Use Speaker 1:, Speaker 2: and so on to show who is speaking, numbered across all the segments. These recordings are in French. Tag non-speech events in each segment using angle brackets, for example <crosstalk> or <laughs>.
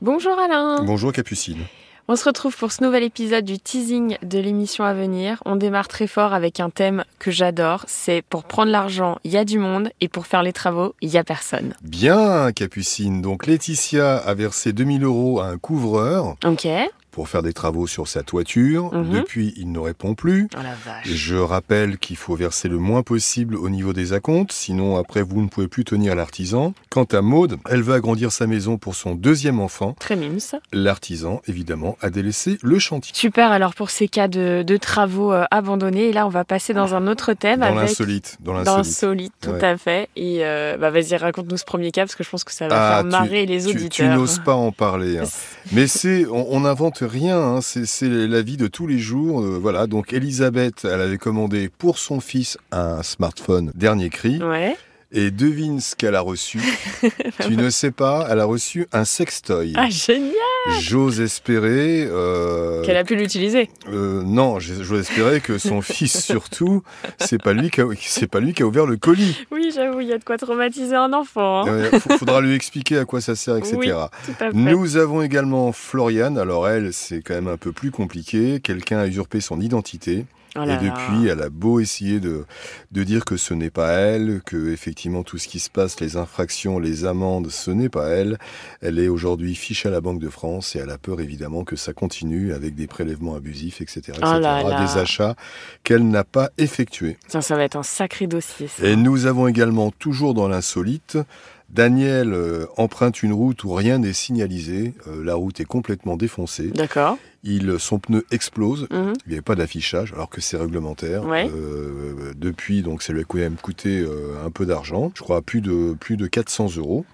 Speaker 1: Bonjour Alain.
Speaker 2: Bonjour Capucine.
Speaker 1: On se retrouve pour ce nouvel épisode du teasing de l'émission à venir. On démarre très fort avec un thème que j'adore. C'est pour prendre l'argent, il y a du monde et pour faire les travaux, il y a personne.
Speaker 2: Bien, Capucine. Donc Laetitia a versé 2000 euros à un couvreur
Speaker 1: Ok.
Speaker 2: pour faire des travaux sur sa toiture.
Speaker 1: Mhm.
Speaker 2: Depuis, il ne répond plus.
Speaker 1: Oh la vache.
Speaker 2: Je rappelle qu'il faut verser le moins possible au niveau des acomptes, sinon après vous ne pouvez plus tenir l'artisan. Quant à Maude, elle va agrandir sa maison pour son deuxième enfant.
Speaker 1: Très mimes.
Speaker 2: L'artisan, évidemment, a délaissé le chantier.
Speaker 1: Super alors pour ces cas de, de travaux euh, abandonnés. Et là, on va passer dans un autre thème
Speaker 2: Dans
Speaker 1: avec
Speaker 2: l'insolite, dans
Speaker 1: dans
Speaker 2: l'insolite.
Speaker 1: l'insolite, tout
Speaker 2: Ouais.
Speaker 1: à fait. Et euh, bah vas-y, raconte-nous ce premier cas parce que je pense que ça va
Speaker 2: Ah,
Speaker 1: faire
Speaker 2: tu-
Speaker 1: marrer les
Speaker 2: Tu, tu
Speaker 1: auditeurs.
Speaker 2: n'oses pas en parler. hein. Mais c'est, on on n'invente rien, hein. c'est, c'est la vie de tous les jours. euh, voilà, donc Elisabeth, elle avait commandé pour son fils un smartphone dernier cri.
Speaker 1: ouais.
Speaker 2: Et devine ce qu'elle
Speaker 1: <laughs>
Speaker 2: a reçu. tu ne sais pas, elle a reçu un sextoy.
Speaker 1: Ah génial.
Speaker 2: euh, J'ose espérer... euh,
Speaker 1: Qu'elle a pu l'utiliser.
Speaker 2: euh, non, j'ai- j'ose espérer que
Speaker 1: <laughs>
Speaker 2: son fils, surtout, c'est pas lui qui a, c'est pas lui qui a ouvert le colis.
Speaker 1: Oui, j'avoue, il y a de quoi traumatiser un enfant. hein.
Speaker 2: Euh, f- faudra lui expliquer à quoi ça sert, etc.
Speaker 1: Oui. Tout à fait.
Speaker 2: Nous avons également Floriane. Alors elle, c'est quand même un peu plus compliqué. Quelqu'un a usurpé son identité
Speaker 1: Oh
Speaker 2: et
Speaker 1: là là.
Speaker 2: depuis, elle a beau essayer de, de dire que ce n'est pas elle, que effectivement tout ce qui se passe, les infractions, les amendes, ce n'est pas elle. Elle est aujourd'hui fichée à la Banque de France et elle a peur évidemment que ça continue avec des prélèvements abusifs, etc., etc.
Speaker 1: Oh là là.
Speaker 2: des achats qu'elle n'a pas effectués.
Speaker 1: Tiens, ça va être un sacré dossier. ça.
Speaker 2: Et nous avons également, toujours dans l'insolite, Daniel euh, emprunte une route où rien n'est signalisé. Euh, la route est complètement défoncée.
Speaker 1: D'accord.
Speaker 2: Il, son pneu explose.
Speaker 1: Mhm.
Speaker 2: Il n'y avait pas d'affichage, alors que c'est réglementaire.
Speaker 1: Ouais.
Speaker 2: Euh, depuis, donc, ça lui a quand même coûté euh, un peu d'argent. Je crois plus de, plus de 400 euros.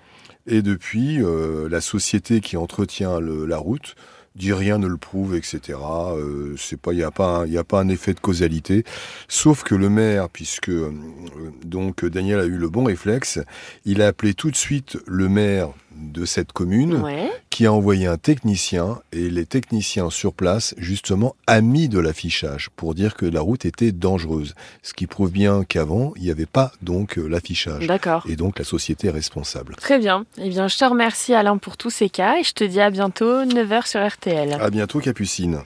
Speaker 2: Et depuis, euh, la société qui entretient le- la route dit rien ne le prouve, etc. Euh, c'est pas, il n'y a pas, un- il y a pas un effet de causalité. Sauf que le maire, puisque euh, donc Daniel a eu le bon réflexe, il a appelé tout de suite le maire de cette commune
Speaker 1: Ouais.
Speaker 2: qui a envoyé un technicien et les techniciens sur place, justement, a mis de l'affichage pour dire que la route était dangereuse. Ce qui prouve bien qu'avant, il n'y avait pas donc euh, l'affichage.
Speaker 1: D'accord.
Speaker 2: Et donc la société est responsable.
Speaker 1: Très bien. Eh bien, je te remercie Alain pour tous ces cas et je te dis à bientôt 9h sur RTL.
Speaker 2: À bientôt, Capucine.